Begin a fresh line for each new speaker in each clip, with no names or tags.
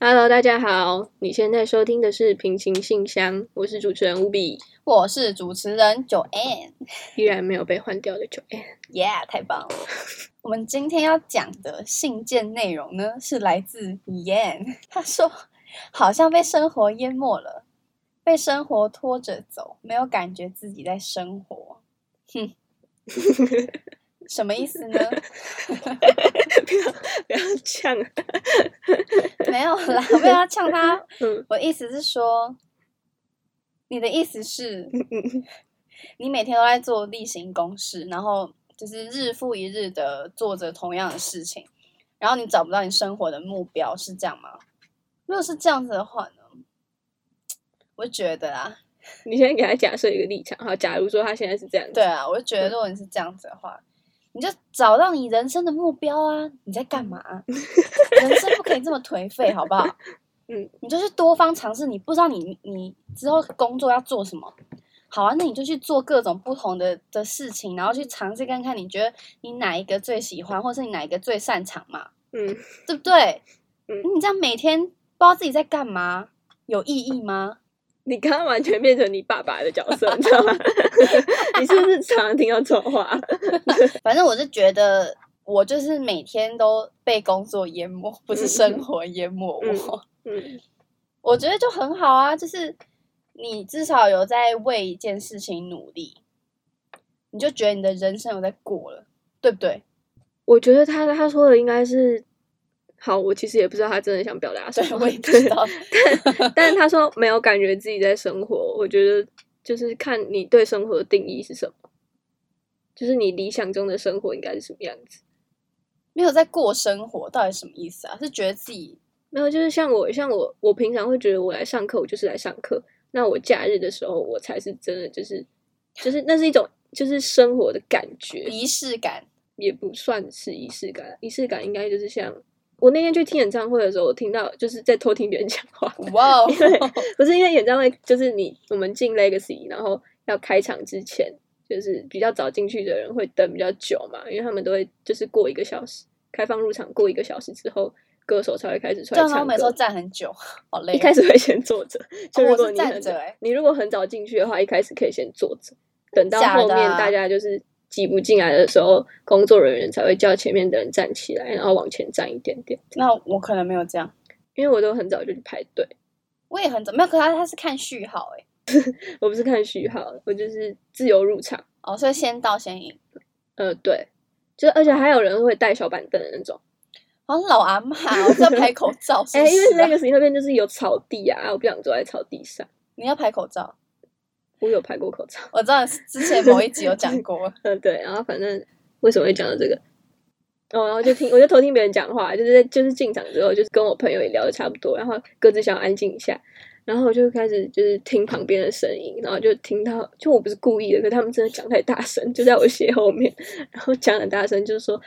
Hello，大家好，你现在收听的是《平行信箱》，我是主持人乌比，
我是主持人九 N，
依然没有被换掉的九 N。
耶，太棒了！我们今天要讲的信件内容呢，是来自 Yan，他说好像被生活淹没了，被生活拖着走，没有感觉自己在生活。哼，什么意思呢？
不要不要呛，
没有啦，不要呛他。
嗯
我的意思是说，你的意思是，你每天都在做例行公事，然后就是日复一日的做着同样的事情，然后你找不到你生活的目标，是这样吗？如果是这样子的话呢，我觉得啊，
你先给他假设一个立场。好，假如说他现在是这样子，
对啊，我就觉得如果你是这样子的话。你就找到你人生的目标啊！你在干嘛？ 人生不可以这么颓废，好不好？
嗯，
你就是多方尝试，你不知道你你之后工作要做什么。好啊，那你就去做各种不同的的事情，然后去尝试看看，你觉得你哪一个最喜欢，或是你哪一个最擅长嘛，
嗯，
对不对？
嗯
你这样每天不知道自己在干嘛，有意义吗？
你刚刚完全变成你爸爸的角色，你知道吗？ 你是不是常常听到这种话？
反正我是觉得，我就是每天都被工作淹没，不是生活淹没我。
嗯嗯
我觉得就很好啊，就是你至少有在为一件事情努力，你就觉得你的人生有在过了，对不对？
我觉得他他说的应该是，好，我其实也不知道他真的想表达什
对，
么，
我也不知道。
但但是他说没有感觉自己在生活，我觉得就是看你对生活的定义是什么，就是你理想中的生活应该是什么样子。
没有在过生活，到底什么意思啊？是觉得 自己
没有，就是像我，像我，我平常会觉得我来上课，我就是来上课。那我假日的时候，我才是真的就是就是那是一种就是生活的感觉，
仪式感？
也不算是仪式感，仪式感应该就是像。我那天去听演唱会的时候，我听到就是在偷听别人讲话，
哇哦！
因为 不是因为演唱会，就是你我们进 Legacy，然后要开场之前，就是比较早进去的人会等比较久嘛，因为他们都会就是过一个小时，开放入场过一个小时之后，歌手才会开始出来
这样他
唱
们说
歌。
站很久，好累
一
哦。
开始会先坐着，就如
我
果
是
你
站
很
着欸
你如果很早进去的话，一开始可以先坐着，等到
假
后
的
面
啊
大家就是挤不进来的时候，工作人员才会叫前面的人站起来，然后往前站一点点。
那我可能没有这样，
因为我都很早就去排队，
我也很早没有。可是他他是看序号哎、
我不是看序号，我就是自由入场。
哦，所以先到先赢，
呃，对，就而且还有人会带小板凳的那种。
好像老阿妈，我是要拍口罩，是
哎、
不
因为
是、啊？
Legacy 那边就是有草地啊，我不想坐在草地上。
你要拍口罩，
我有排过口罩。
我知道之前某一集有讲 过。
呃，对，然后反正为什么会讲到这个？哦，然后就听，我就偷听别人讲话，就是在就是进场之后，就是跟我朋友也聊的差不多，然后各自想要安静一下，然后我就开始就是听旁边的声音，然后就听到，就我不是故意的，可他们真的讲太大声，就在我斜后面， 然后讲很大声，就是说，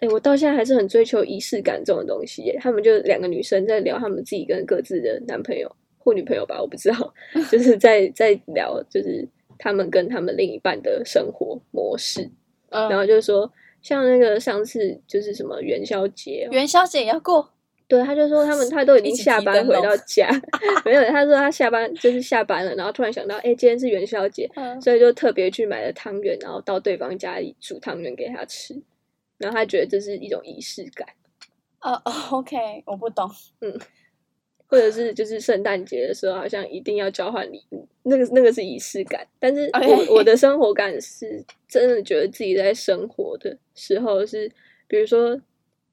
哎，我到现在还是很追求仪式感这种东西耶。他们就两个女生在聊他们自己跟各自的男朋友或女朋友吧，我不知道，就是在在聊，就是他们跟他们另一半的生活模式。然
嗯，
后就说像那个上次就是什么元宵节哦，
元宵节也要过，
对，他就说他们他都已经
一起
下
提
班
灯
回
笼
到 家，没有，他说他下班就是下班了，然后突然想到，哎，今天是元宵节，
嗯，
所以就特别去买了汤圆，然后到对方家里煮汤圆给他吃，然后他觉得这是一种仪式感，
呃哦，OK，我不懂，
或者是就是圣诞节的时候，好像一定要交换礼物，那个那个是仪式感，但是我
OK
我的生活感是真的觉得自己在生活的时候是，比如说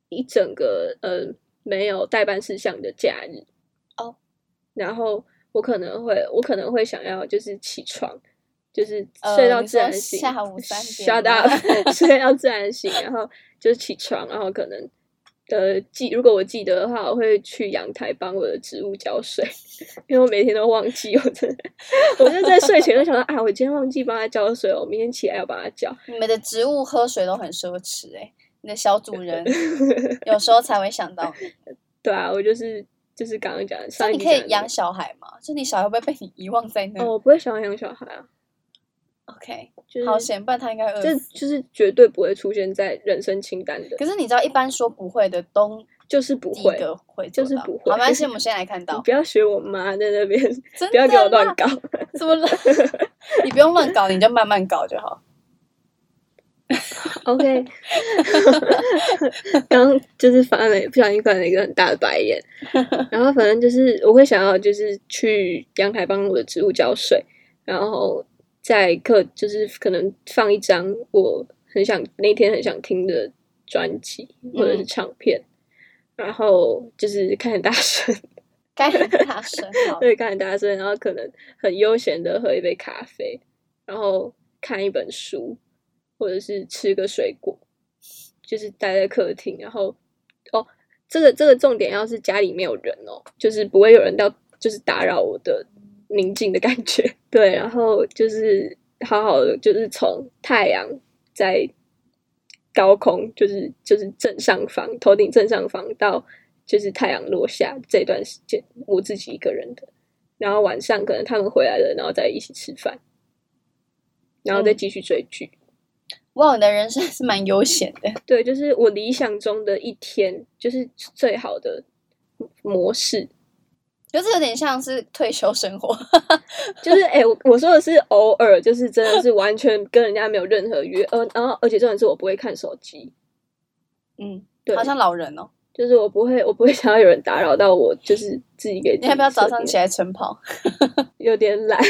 一整个呃没有代办事项的假日
哦，
然后我可能会我可能会想要就是起床。就是
呃
睡到
你
自然
说
醒，
下 午三
Shut
点吗
up，睡 到自然醒，然后就是起床，然后可能呃记，如果我记得的话，我会去阳台帮我的植物浇水，因为我每天都忘记，我真的，我就在睡前就想到啊，我今天忘记帮它浇水，我明天起来要帮它浇。
你们的植物喝水都很奢侈哎、你的小主 人有时候才会想到你，
对啊，我就是就是刚刚讲的
那
上一
你
集
可
讲的
以
那
养
个
小孩吗？就你小孩会不会被你遗忘在那、
哦，我不会想要养小孩啊，
o k
就是
好险，不然他应该饿
这
死。
就是绝对不会出现在人生清单的。
可是你知道，一般说不会的都
就是不
第一
会，
个会
就
做
是
到
不会
好，没关系，我们先来看
你
到，
不要学我妈在那边，
真
不要给我
的
乱
啦
搞。
怎么了？你不用乱搞，你就慢慢搞就好。
OK，刚刚就是翻了，不小心翻了一个很大的白 眼。然后反正就是我会想要就是去阳台帮我的植物浇水，然后在课就是可能放一张我很想那天很想听的专辑或
嗯
者是唱片，然后就是开很大声，，
该很大声好
对，开很大声，然后可能很悠闲的喝一杯咖啡，然后看一本书，或者是吃个水果，就是待在客厅，然后哦，这个这个重点要是家里没有人哦，就是不会有人到就是打扰我的宁静的感觉， 对，然后就是好好的就是从太阳在高空，就是就是正上方头顶正上方到就是太阳落下这段时间，我自己一个人的。然后晚上可能他们回来了，然后再一起吃饭，然后再
嗯
继续追剧。
哇，你的人生还是蛮悠闲的。
对，就是我理想中的一天，就是最好的模式。
就是有点像是退休生活，
就是哎、我我说的是偶尔，就是真的是完全跟人家没有任何约，呃，然后而且重点是我不会看手机，
嗯，
对
好像老人哦。
就是我不会，我不会想要有人打扰到我，就是自己给自己
你要不要早上起
来？
来晨跑？
有点懒，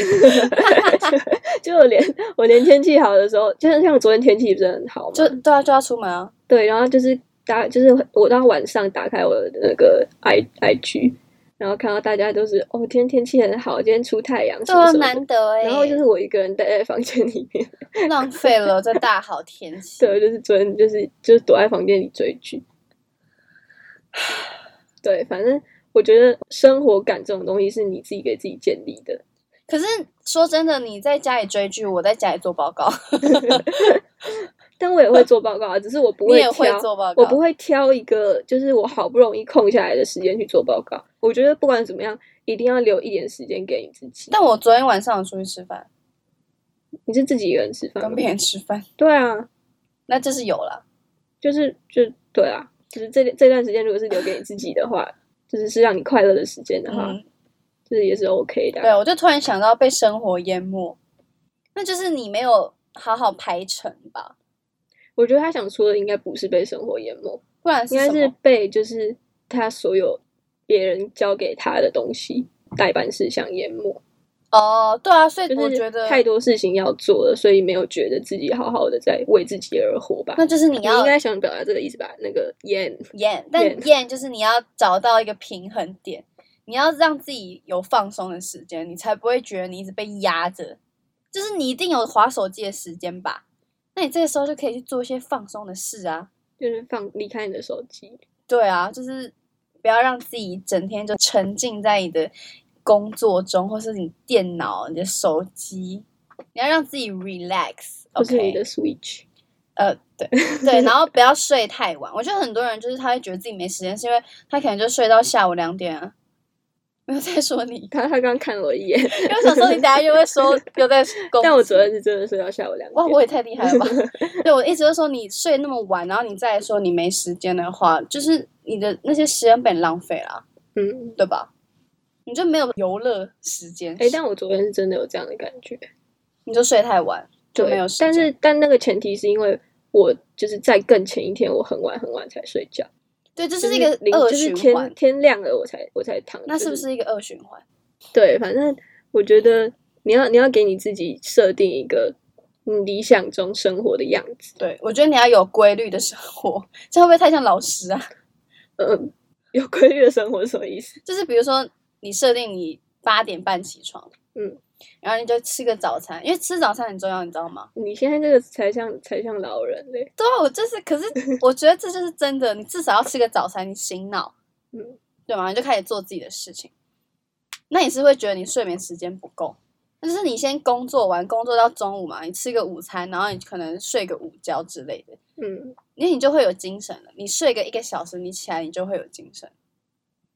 就 我连我连天气好的时候，就像像昨天天气不是很好嘛，
就对啊，就要出门啊。
对，然后就是打，就是我到晚上打开我的那个 i i g，然后看到大家都是哦，今天天气很好，今天出太阳什
对
么
啊，
什么的
难得哎、
然后就是我一个人待在房间里面，
浪费了这大好天气。
对，就是昨天就是就是躲在房间里追剧。对，反正我觉得生活感这种东西是你自己给自己建立的，
可是说真的，你在家里追剧，我在家里做报告，
但我也会做报告啊，只是我不
你
会
也会
挑，
做报告，
我不会挑一个就是我好不容易空下来的时间去做报告。我觉得不管怎么样，一定要留一点时间给你自己。
但我昨天晚上有出去吃饭，
你是自己一个人吃饭
跟
吗？
别人吃饭，
对啊，
那就是有了。
就是就对啊，就是这这段时间如果是留给你自己的话，就是是让你快乐的时间的话，
嗯，
就是也是 OK 的啊。
对，我就突然想到被生活淹没，那就是你没有好好排程吧，
我觉得他想说的应该不是被生活淹没，
不然是
应该
什
是
么？
被就是他所有别人交给他的东西代办事项淹没，
哦，对啊，所以我
就
觉
是
得，
太多事情要做了，所以没有觉得自己好好的在为自己而活吧。
那就是你
你
要
应该想表达这个意思吧？那个淹，
演，但
演
演就是你要找到一个平衡点，你要让自己有放松的时间，你才不会觉得你一直被压着。就是你一定有划手机的时间吧？那你这个时候就可以去做一些放松的事啊。
就是放离开你的手机，
对啊，就是不要让自己整天就沉浸在你的工作中，或是你电脑、你的手机，你要让自己 relax。
或是你
OK，
的 Switch。
呃，对对，然后不要睡太晚。我觉得很多人就是他会觉得自己没时间，是因为他可能就睡到下午两点啊。没有在说你，
他他刚看了我一眼，
因为我想说你等下又 会说又在攻击。
但我昨天是真的睡到下午两点。
哇，我也太厉害 了吧！对我一直都说你睡那么晚，然后你再说你没时间的话，就是你的那些时间被你浪费了啊，
嗯，
对吧？你就没有游乐时间，
哎、但我昨天是真的有这样的感觉，
你就睡太晚就
对
没有时间。
但是但那个前提是因为我就是在更前一天，我很晚很晚才睡觉，
对，这
就是
一个
零
恶
就是
循环
天，天亮了我才我才躺。
那是不
就是
一个恶循环？
对，反正我觉得你要你要给你自己设定一个你理想中生活的样子，
对，我觉得你要有规律的生活， 这会不会太像老师啊？
嗯，有规律的生活是什么意思？
就是比如说，你设定你八点半起床，
嗯，
然后你就吃个早餐，因为吃早餐很重要，你知道吗？
你现在这个才像才像老人嘞、
对啊，我就是，可是我觉得这就是真的，你至少要吃个早餐，你醒脑，
嗯，
对吗？你就开始做自己的事情，那你是会觉得你睡眠时间不够，那就是你先工作完，工作到中午嘛，你吃个午餐，然后你可能睡个午觉之类的，
嗯。
因为你就会有精神了。你睡个一个小时，你起来你就会有精神，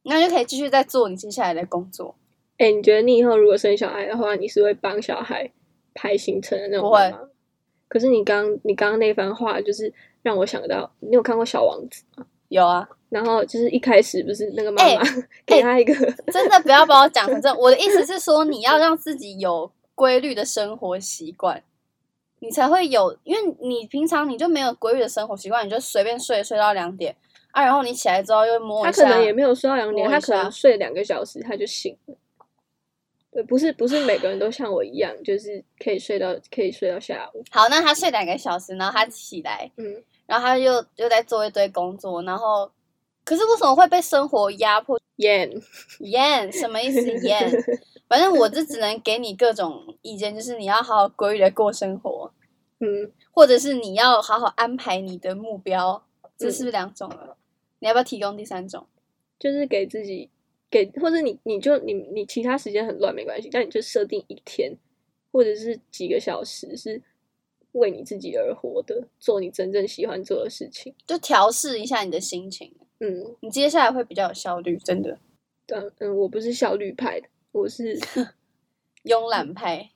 那就可以继续再做你接下来的工作。
哎、你觉得你以后如果生小孩的话，你是会帮小孩排行程的那种
不
妈
会
妈？可是你刚你刚刚那番话，就是让我想到，你有看过《小王子》吗？
有啊，
然后就是一开始不是那个
哎
妈妈给他一个，
真的不要把我讲成这。我的意思是说，你要让自己有规律的生活习惯，你才会有，因为你平常你就没有规律的生活习惯，你就随便睡睡到两点啊，然后你起来之后又 摸
他
一
可
下，
能也没有睡到两点，
摸一
他可
下
能睡两个小时他就醒了。对，不是不是每个人都像我一样，就是可以睡到可以睡到下午。
好，那他睡两个小时，然后他起来，
嗯，
然后他又又在做一堆工作，然后可是为什么会被生活压迫？
演、
厌什么意思？厌，反正我这只能给你各种意见，就是你要好好规律的过生活，
嗯，
或者是你要好好安排你的目标，
嗯
这是不是两种了？你要不要提供第三种？
就是给自己给，或者你你就你你其他时间很乱没关系，但你就设定一天或者是几个小时是为你自己而活的，做你真正喜欢做的事情。
就调试一下你的心情，
嗯，
你接下来会比较有效率，真的。
嗯嗯，我不是效率派的，我是
慵懒派、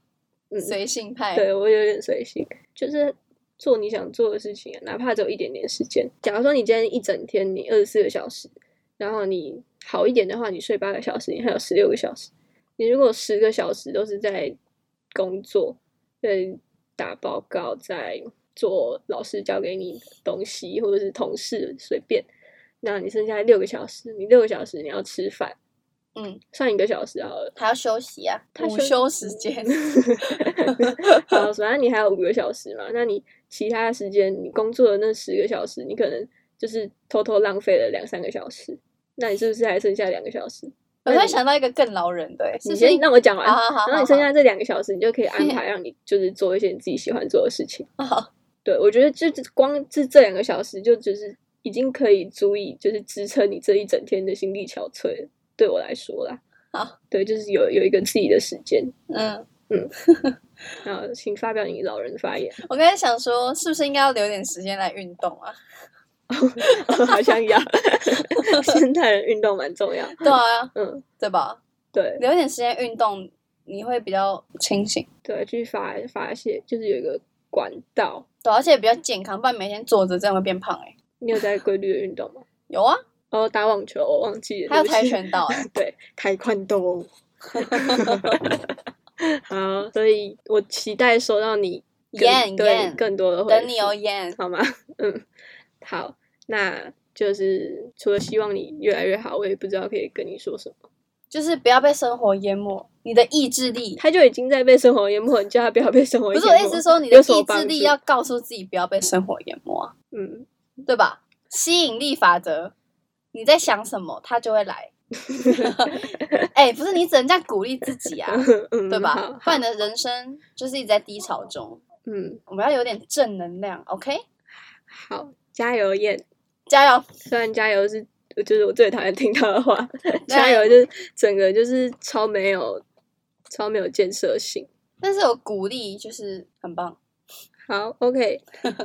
嗯，
随性派，
对我有点随性，就是做你想做的事情、啊，哪怕只有一点点时间。假如说你今天一整天，你二十四个小时，然后你好一点的话，你睡八个小时，你还有十六个小时。你如果十个小时都是在工作，在打报告，在做老师交给你的东西，或者是同事随便，那你剩下六个小时，你六个小时你要吃饭，
嗯，
上一个小时好了。
还要休息啊，
他
午
休嗯
休时间。
好，反正你还有五个小时嘛，那你其他的时间，你工作的那十个小时，你可能就是偷偷浪费了两三个小时，那你是不是还剩下两个小时？
我
那
突然
你
想到一个更劳人的、欸，是
你
不是
先让我讲完，
好好好
然后
好
你剩下这两个小时，你就可以 安排让你就是做一些你自己喜欢做的事情。
好
对，我觉得就就光是这两个小时，就只是已经可以足以就是支撑你这一整天的心力憔悴了。对我来说啦，
好，
对，就是有有一个自己的时间。
嗯，
然后请发表你老人的发言。
我刚才想说，是不是应该要留点时间来运动啊？
好像 要，现代人运动蛮重要。
对啊，
嗯，
对吧？
对
留点时间运动，你会比较清醒，
对，去发发泄，就是有一个管道。
对啊，而且比较健康，不然每天坐着这样会变胖哎、欸。
你有在规律的运动吗？
有啊，
哦，打网球，我忘记了。
还有
对不起，
跆拳道哎、欸
对，跆拳道。好，所以我期待收到你更
Yan，
对
Yan
更多的回
等你
复
哦，燕。
好吗？嗯，好，那就是除了希望你越来越好，我也不知道可以跟你说什么。
就是不要被生活淹没，你的意志力。
他就已经在被生活淹没，你叫他不要被生活
不
淹没。
是我意思是说，你的
有什么
意志
帮
力
助
要告诉自己不要被生活淹没啊，
嗯，
对吧？吸引力法则，你在想什么，它就会 来。哎、不是你只能这样鼓励自己啊，
嗯，
对
好
吧？不然你的人生就是一直在低潮中。
嗯，
我们要有点正能量，OK？
好，加油燕！
加油！
虽然加油是就是我最讨厌听到的话，
对啊
加油就是整个就是超没有超没有建设性。
但是有鼓励就是很棒。
好，OK，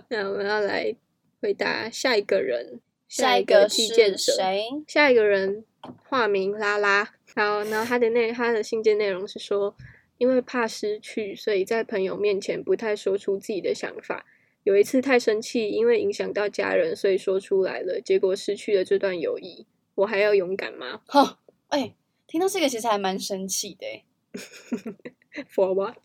那我 们要来回答下一个人，
下
一
一个
寄件者，
是谁？
下一个人化名拉拉，好，然后他的内他的信件内容是说，因为怕失去，所以在朋友面前不太说出自己的想法。有一次太生气，因为影响到家人，所以说出来了，结果失去了这段友谊。我还要勇敢吗
哈，哎、听到这个其实还蛮生气的、欸，
？For what？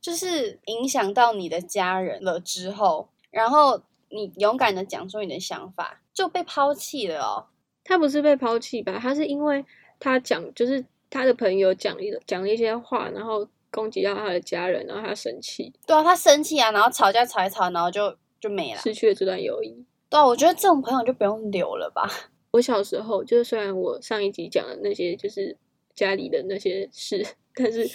就是影响到你的家人了之后，然后你勇敢的讲出你的想法，就被抛弃了哦。
他不是被抛弃吧？他是因为他讲，就是他的朋友讲一讲一些话，然后攻击到他的家人，然后他生气，
对啊，他生气啊，然后吵架吵一吵，然后就就没了。
失去了这段友谊。
对啊，我觉得这种朋友就不用留了吧。
我小时候，就是虽然我上一集讲的那些就是家里的那些事，但是，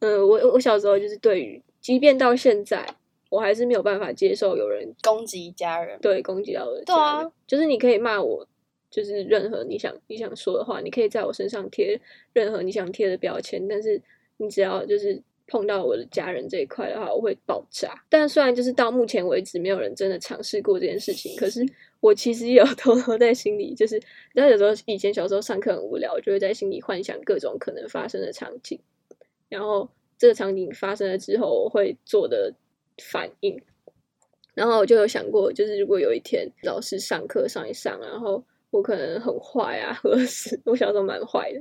呃，我我小时候就是对于，即便到现在，我还是没有办法接受有人
攻击家人，
对攻击到我的
对啊
家人。就是你可以骂我，就是任何你想你想说的话，你可以在我身上贴任何你想贴的标签，但是你只要就是。碰到我的家人这一块的话，我会爆炸。但虽然就是到目前为止，没有人真的尝试过这件事情，可是我其实也有 偷偷在心里，就是你知道有时候以前小时候上课很无聊，我就会在心里幻想各种可能发生的场景，然后这个场景发生了之后，我会做的反应。然后我就有想过，就是如果有一天老师上课上一上，然后我可能很坏啊， 或者是我小时候蛮坏的。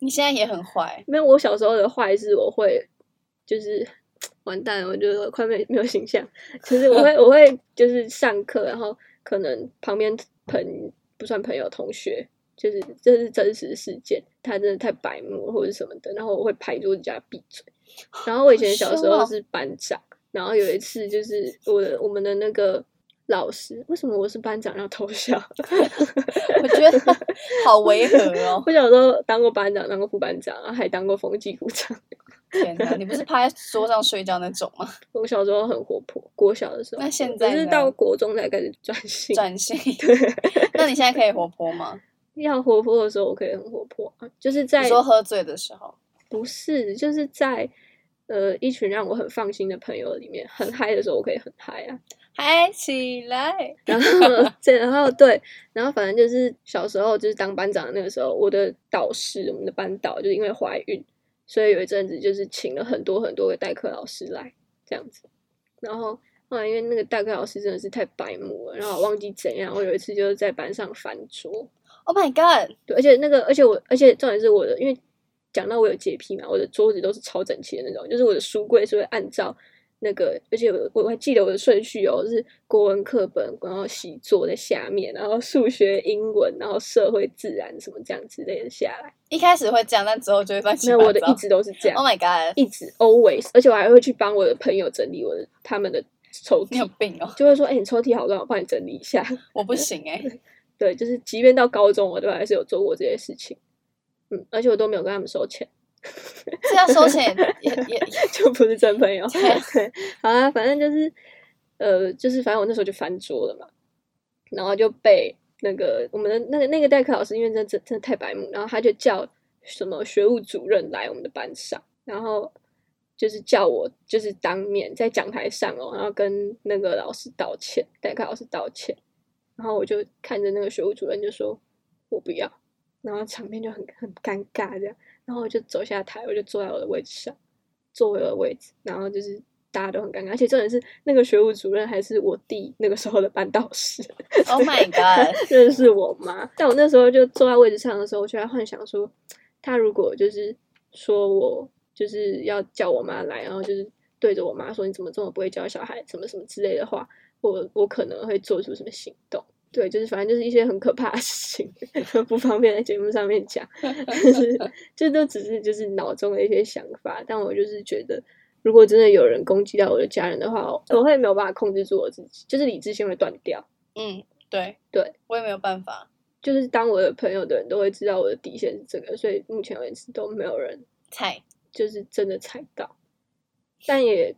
你现在也很坏，
没有，我小时候的坏是我会就是完蛋了，我就快没没有形象。就是我 会我会就是上课，然后可能旁边朋不算朋友同学，就是这是真实事件，他真的太白目或者什么的，然后我会拍桌子叫他闭嘴。然后我以前小时候
好凶哦
是班长，然后有一次就是我的我们的那个老师，为什么我是班长要偷笑？
我觉得好违和哦！
我小时候当过班长，当过副班长，然后还当过风纪股长。
天哪，你不是趴在桌上睡觉那种吗？
我小时候很活泼，国小的时候。
那现
可
在
是
呢
到国中才开始转性。
转性，那你现在可以活泼吗？
要活泼的时候，我可以很活泼，啊就是在
你说喝醉的时候，
不是就是在呃一群让我很放心的朋友里面，很嗨的时候，我可以很嗨啊。
嗨起来！
然后这然后对，然后反正就是小时候就是当班长的那个时候，我的导师，我们的班导就是因为怀孕，所以有一阵子就是请了很多很多个代课老师来这样子。然后后来因为那个代课老师真的是太白目了，然后我忘记怎样，我有一次就是在班上翻桌，
Oh my god！
对，而且那个而且我而且重点是我的，因为讲到我有洁癖嘛，我的桌子都是超整齐的那种，就是我的书柜是会按照。那个，而且我我还记得我的顺序哦，是国文课本，然后习作在下面，然后数学、英文，然后社会、自然什么这样之类的下来。
一开始会这样，但之后就会乱七
没
八
有，
糟。
我的一直都是这样
Oh my god！
一直 always，而且我还会去帮我的朋友整理我的他们的抽
你有
屉，
病哦！
就会说：“哎、你抽屉好乱，我帮你整理一下。
我不行 哎、
对，就是即便到高中，我都还是有做过这些事情。嗯，而且我都没有跟他们收钱，
这要收钱也也也也
就不是真朋友。
对啊
对，好啊，反正就是，呃，就是反正我那时候就翻桌了嘛，然后就被那个我们的那个那个代课老师，因为真的真真的太白目，然后他就叫什么学务主任来我们的班上，然后就是叫我就是当面在讲台上哦，然后跟那个老师道歉，代课老师道歉，然后我就看着那个学务主任就说，我不要。然后场面就很很尴尬这样，然后我就走下台，我就坐在我的位置上，坐我的位置，然后就是大家都很尴尬，而且重点是那个学务主任还是我弟那个时候的班导师，
Oh my god！
认识我妈。但我那时候就坐在位置上的时候，我就在幻想说，他如果就是说我就是要叫我妈来，然后就是对着我妈说你怎么这么不会教小孩，什么什么之类的话，我我可能会做出什么行动。对，就是反正就是一些很可怕的事情，不方便在节目上面讲。但是这都只是就是脑中的一些想法，但我就是觉得，如果真的有人攻击到我的家人的话，我会没有办法控制住我自己，就是理智线会断掉。
嗯，对
对，
我也没有办法。
就是当我的朋友的人都会知道我的底线是这个，所以目前为止都没有人
菜
就是真的踩到，但也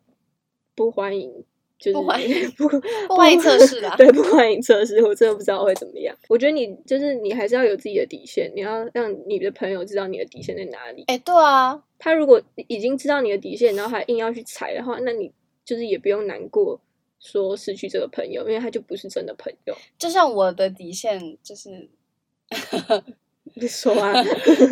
不欢迎，就是
不欢迎
不。
不欢迎测试啦
对，不 欢迎测试，我真的不知道会怎么样。我觉得你就是你还是要有自己的底线，你要让你的朋友知道你的底线在哪里。
哎、对啊，
他如果已经知道你的底线，然后还硬要去踩的话，那你就是也不用难过说失去这个朋友，因为他就不是真的朋友。
就像我的底线就是
你说啊，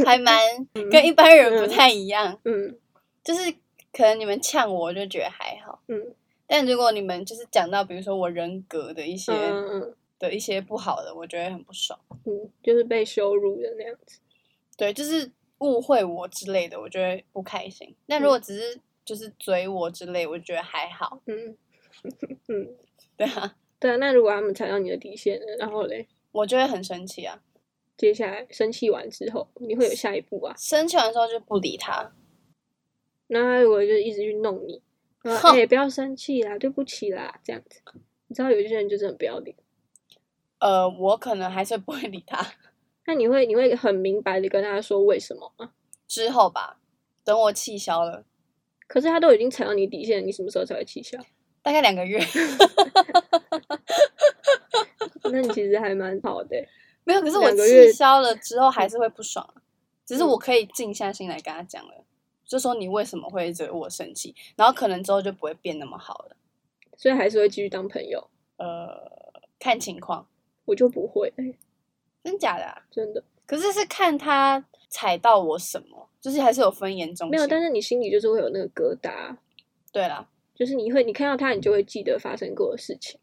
还 蛮 跟一般人不
嗯
太一样，
嗯
就是可能你们呛我，我就觉得还好。
嗯
但如果你们就是讲到，比如说我人格的一些、
嗯嗯
的一些不好的，我觉得很不爽。
嗯，就是被羞辱的那样子。
对，就是误会我之类的，我觉得不开心。但如果只是就是追我之类，我觉得还好。
嗯嗯，
对啊，
对啊。那如果他们踩到你的底线了，然后嘞，
我就会很生气啊，
接下来生气完之后，你会有下一步啊？
生气完之后就不理他。
那他如果就一直去弄你，然后
哼
哎、不要生气啦，对不起啦，这样子。你知道有些人就是很不要脸，
呃，我可能还是不会理他。
那你会你会很明白的跟他说为什么吗？
之后吧，等我气消了，
可是他都已经踩到你底线了，你什么时候才会气消？
大概两个月，
那你其实还蛮好的欸、
没有。可是我
两个月嗯
气消了之后还是会不爽啊，只是我可以静下心来跟他讲了，就说你为什么会惹我生气，然后可能之后就不会变那么好了。
所以还是会继续当朋友。
呃，看情况，
我就不会欸、
真假的、啊？
真的
可是是看他踩到我什么，就是还是有分严重性。
没有，但是你心里就是会有那个疙瘩，啊
对啦，
就是你会你看到他，你就会记得发生过的事情。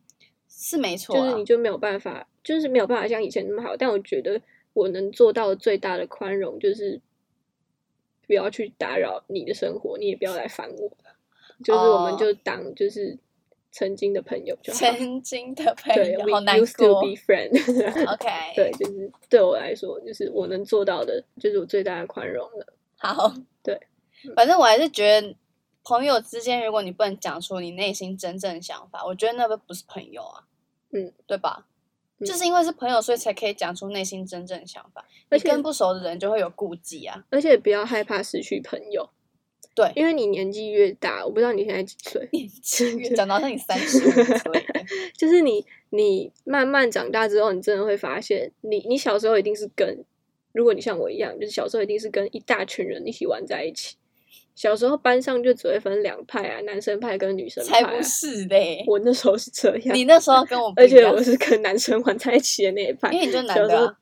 是没错
就
啊。
是你就没有办法就是没有办法像以前那么好，但我觉得我能做到最大的宽容就是不要去打扰你的生活，你也不要来烦我，就是我们
哦
就当就是曾经的朋友就好。
曾经的朋
对
友，
，we
好难
used to
过
be。friend 。
OK，
对，就是对我来说，就是我能做到的，就是我最大的宽容了。
好，
对，
反正我还是觉得朋友之间，如果你不能讲出你内心真正的想法，我觉得那个不是朋友啊，
嗯，
对吧？
嗯
就是因为是朋友，所以才可以讲出内心真正的想法。
而
你
且
跟不熟的人就会有顾忌 啊。
而且不要害怕失去朋友，
对
因为你年纪越大，我不知道你现在几岁，
讲到像你三十之类的，
就是你你慢慢长大之后，你真的会发现你，你小时候一定是跟，如果你像我一样，就是小时候一定是跟一大群人一起玩在一起。小时候班上就只会分两派啊，男生派跟 女生派、
才
啊
不。是嘞！
我那时候是这样，
你那时候跟我不
而
一
且
样
我，是跟男生玩在一起的那一派
因。为你就男
小时
的、
候
啊，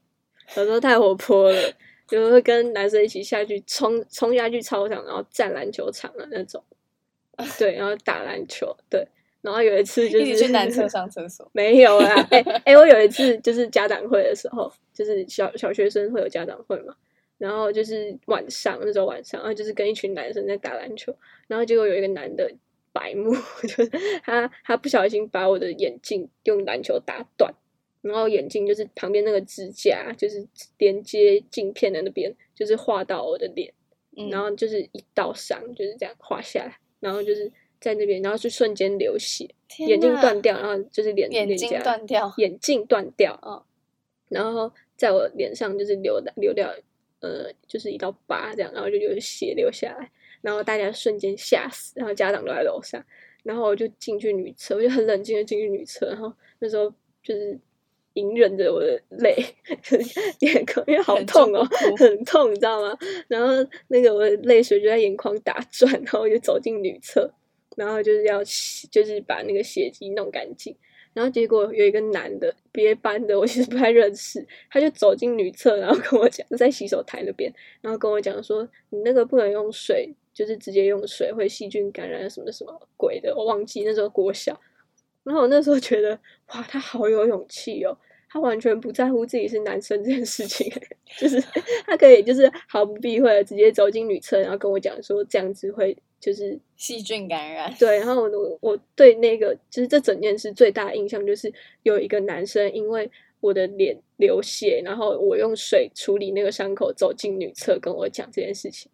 小时候太活泼了，就会跟男生一起下去冲冲下去操场，然后占篮球场的那种。对，然后打篮球，对。然后有一 次就
一
是。
起去男厕上厕所
没有啦， 哎、哎、我有一次就是家长会的时候，就是小小学生会有家长会嘛，然后就是晚上那时候晚上，然后就是跟一群男生在打篮球，然后结果有一个男的白目， 就是他他不小心把我的眼镜用篮球打断，然后眼镜就是旁边那个支架，就是连接镜片的那边，就是划到我的脸，
嗯
然后就是一道伤，就是这样划下来，然后就是在那边，然后就瞬间流血。
天
眼睛
哪
断掉，然后就是脸
眼
脸
睛
颊
断掉
眼镜断掉，
哦
然后在我脸上就是流的流掉，呃，就是一道疤这样，然后就有血流下来，然后大家瞬间吓死，然后家长都在楼上，然后我就进去女厕，我就很冷静的进去女厕，然后那时候就是隐忍着我的泪， 眼眶因为好
忍住
痛
不
哦，
哭
很痛，你知道吗？然后那个我的泪水就在眼眶打转，然后我就走进女厕，然后就是要洗就是把那个血迹弄干净。然后结果有一个男的，别班的，我其实不太认识，他就走进女厕，然后跟我讲，在洗手台那边，然后跟我讲说，你那个不能用水，就是直接用水会细菌感染什么什么鬼的，我忘记那时候国小。然后我那时候觉得，哇，他好有勇气哦，他完全不在乎自己是男生这件事情， 就是他可以就是毫不避讳的直接走进女厕，然后跟我讲说这样子会就是
细菌感染，
对，然后我我我对那个就是这整件事最大的印象就是有一个男生因为我的脸流血，然后我用水处理那个伤口，走进女厕跟我讲这件事情。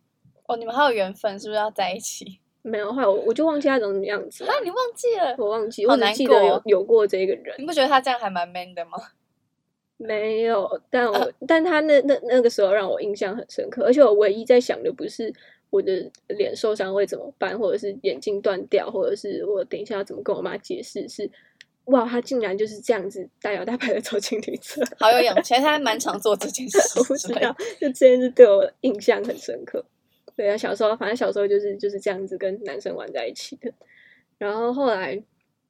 哦，你们还有缘分，是不是要在一起？
没有，后来我我就忘记他长什么样子了
啊，，你忘记了？
我忘记，
好
我只
难
记得
过
有
哦
有过这个人，
你不觉得他这样还蛮 man 的吗？
没有，但我、但他那那那个时候让我印象很深刻，而且我唯一在想的不是我的脸受伤会怎么办，或者是眼镜断掉，或者是我等一下要怎么跟我妈解释，是哇，他竟然就是这样子大摇大摆的走进女厕，
好有勇气，他还蛮常做这件事
我不
之
知
类的。
道，就这件事对我印象很深刻。对啊，小时候反正小时候就是就是这样子跟男生玩在一起的，然后后来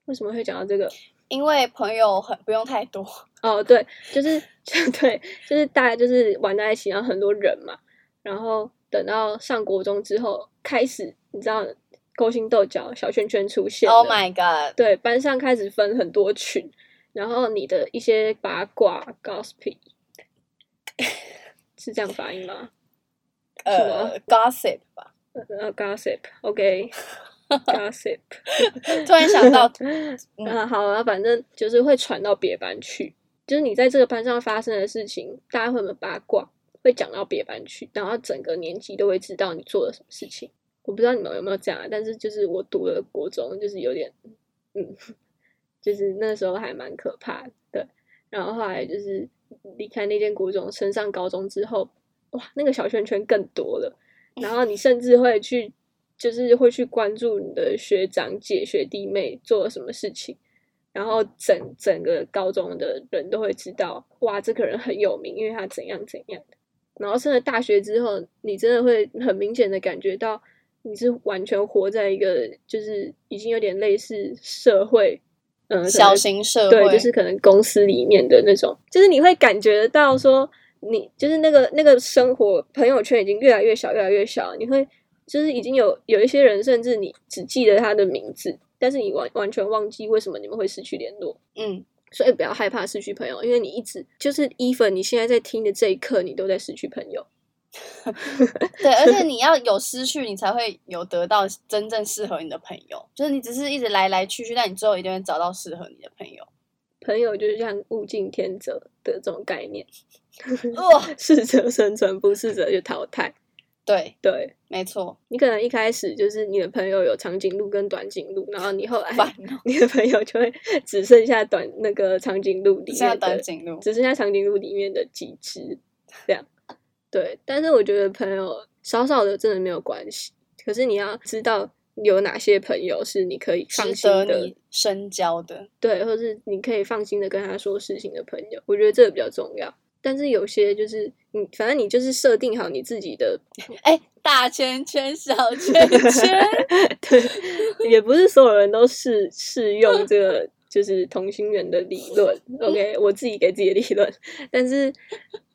为什么会讲到这个？
因为朋友很不用太多，
哦，对，就是就对，就是大家就是玩在一起，然后很多人嘛，然后等到上国中之后，开始你知道勾心斗角、小圈圈出现了。
Oh my god！
对，班上开始分很多群，然后你的一些八卦、gossip，是这样发音吗？
呃，gossip 吧。
呃，gossip，OK，gossip、
突然 想到，嗯
啊，好啊，反正就是会传到别班去，就是你在这个班上发生的事情，大家会很八卦，会讲到别班去，然后整个年级都会知道你做了什么事情。我不知道你们有没有这样啊，但是就是我读了国中，就是有点，嗯， 就是那时候还蛮可怕的。对然后后来就是离开那间国中，升上高中之后，哇，那个小圈圈更多了。然后你甚至会去，就是会去关注你的学长姐、学弟妹做了什么事情，然后整整个高中的人都会知道，哇，这个人很有名，因为他怎样怎样的。然后升了大学之后，你真的会很明显的感觉到，你是完全活在一个就是已经有点类似社会，嗯、可能
小型社
对，
会
就是可能公司里面的那种，就是你会感觉到说你，就是那个那个生活朋友圈已经越来越小，越来越小，你会就是已经有有一些人，甚至你只记得他的名字，但是你完完全忘记为什么你们会失去联络。
嗯，
所以不要害怕失去朋友，因为你一直就是 even 你现在在听的这一刻，你都在失去朋友。
对，而且你要有失去，你才会有得到真正适合你的朋友。就是你只是一直来来去去，但你最后一定会找到适合你的朋友。
朋友就是像物竞天择的这种概念，
哦，
适者生存，不适者就淘汰。
对，
对
没错，
你可能一开始就是你的朋友有长颈鹿跟短颈鹿，然后你后来
烦哦，
你的朋友就会只剩下短那个长颈鹿里
现在
面
短
的，
颈鹿，
只剩下长颈鹿里面的几只这样。对，但是我觉得朋友少少的真的没有关系，可是你要知道有哪些朋友是你可以放
值
心
得
的
你深交的。
对，或是你可以放心的跟他说事情的朋友，我觉得这个比较重要。但是有些就是你，反正你就是设定好你自己的，
哎，大圈圈，小 圈圈，
对，也不是所有人都适适用这个就是同心圆的理论。OK，我自己给自己的理论，但是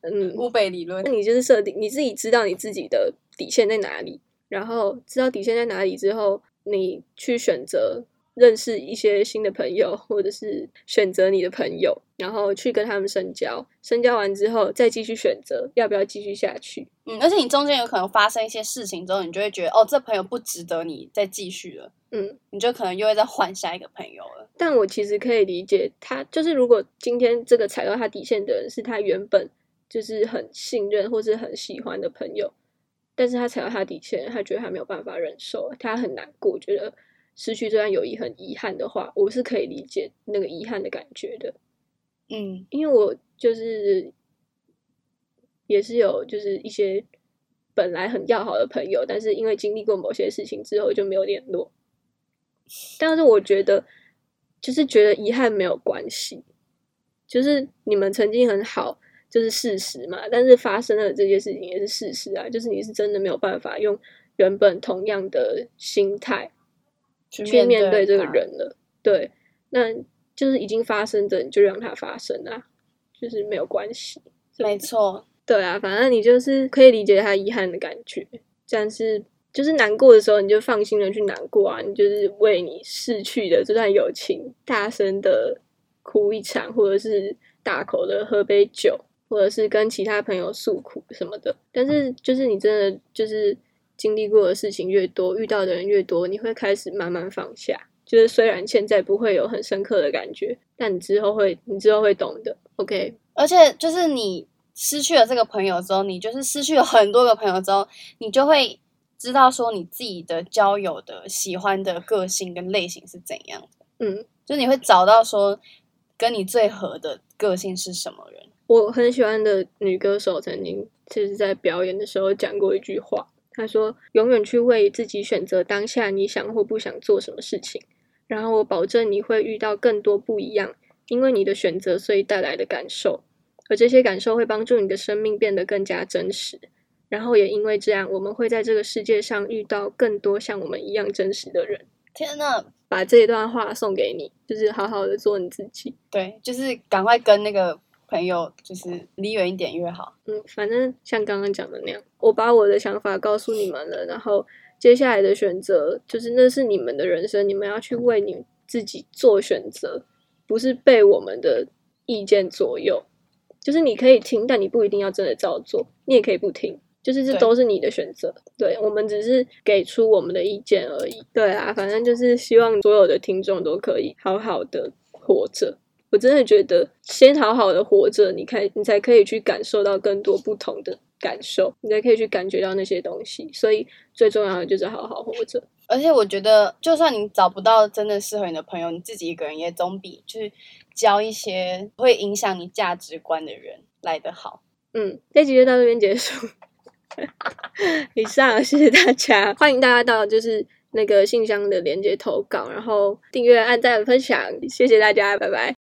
嗯，
乌北理论
那。你就是设定你自己知道你自己的底线在哪里，然后知道底线在哪里之后，你去选择认识一些新的朋友，或者是选择你的朋友，然后去跟他们深交。深交完之后，再继续选择要不要继续下去。
嗯，而且你中间有可能发生一些事情之后，你就会觉得哦，这朋友不值得你再继续了，
嗯，
你就可能又会再换下一个朋友了。
但我其实可以理解他，就是如果今天这个踩到他底线的人是他原本就是很信任或是很喜欢的朋友，但是他踩到他底线，他觉得他没有办法忍受，他很难过，觉得失去这段友谊很遗憾的话，我是可以理解那个遗憾的感觉的，
嗯，
因为我就是也是有就是一些本来很要好的朋友，但是因为经历过某些事情之后就没有联络。但是我觉得，就是觉得遗憾没有关系，就是你们曾经很好，就是事实嘛。但是发生了这些事情也是事实啊，就是你是真的没有办法用原本同样的心态
去
去面对这个
它，
人了。对，那就是已经发生的，你就让它发生啊，就是没有关系。
没错，
对啊，反正你就是可以理解他遗憾的感觉，但是就是难过的时候，你就放心的去难过啊，你就是为你逝去的这段友情大声的哭一场，或者是大口的喝杯酒，或者是跟其他朋友诉苦什么的。但是就是你真的就是经历过的事情越多，遇到的人越多，你会开始慢慢放下。就是虽然现在不会有很深刻的感觉，但你之后会，你之后会懂的。OK，
而且就是你失去了这个朋友之后，你就是失去了很多个朋友之后，你就会知道说你自己的交友的喜欢的个性跟类型是怎样的，
嗯，
就是你会找到说跟你最合的个性是什么人。
我很喜欢的女歌手曾经就是在表演的时候讲过一句话，她说：“永远去为自己选择当下你想或不想做什么事情，然后我保证你会遇到更多不一样，因为你的选择所以带来的感受，而这些感受会帮助你的生命变得更加真实。然后也因为这样，我们会在这个世界上遇到更多像我们一样真实的人。”
天呐，
把这一段话送给你，就是好好的做你自己。
对，就是赶快跟那个朋友就是离远一点越好。
嗯，反正像刚刚讲的那样，我把我的想法告诉你们了，然后接下来的选择就是那是你们的人生，你们要去为你自己做选择，不是被我们的意见左右。就是你可以听，但你不一定要真的照做，你也可以不听，就是这
对
都是你的选择。对我们只是给出我们的意见而已。对啊，反正就是希望所有的听众都可以好好的活着。我真的觉得，先好好的活着，你看，你才可以去感受到更多不同的感受，你才可以去感觉到那些东西。所以最重要的就是好好活着。
而且我觉得，就算你找不到真的适合你的朋友，你自己一个人也总比去交一些会影响你价值观的人来得好。
嗯，这集就到这边结束。 以上，谢谢大家，欢迎大家到就是那个信箱的连接投稿，然后订阅、按赞、分享，谢谢大家，拜拜。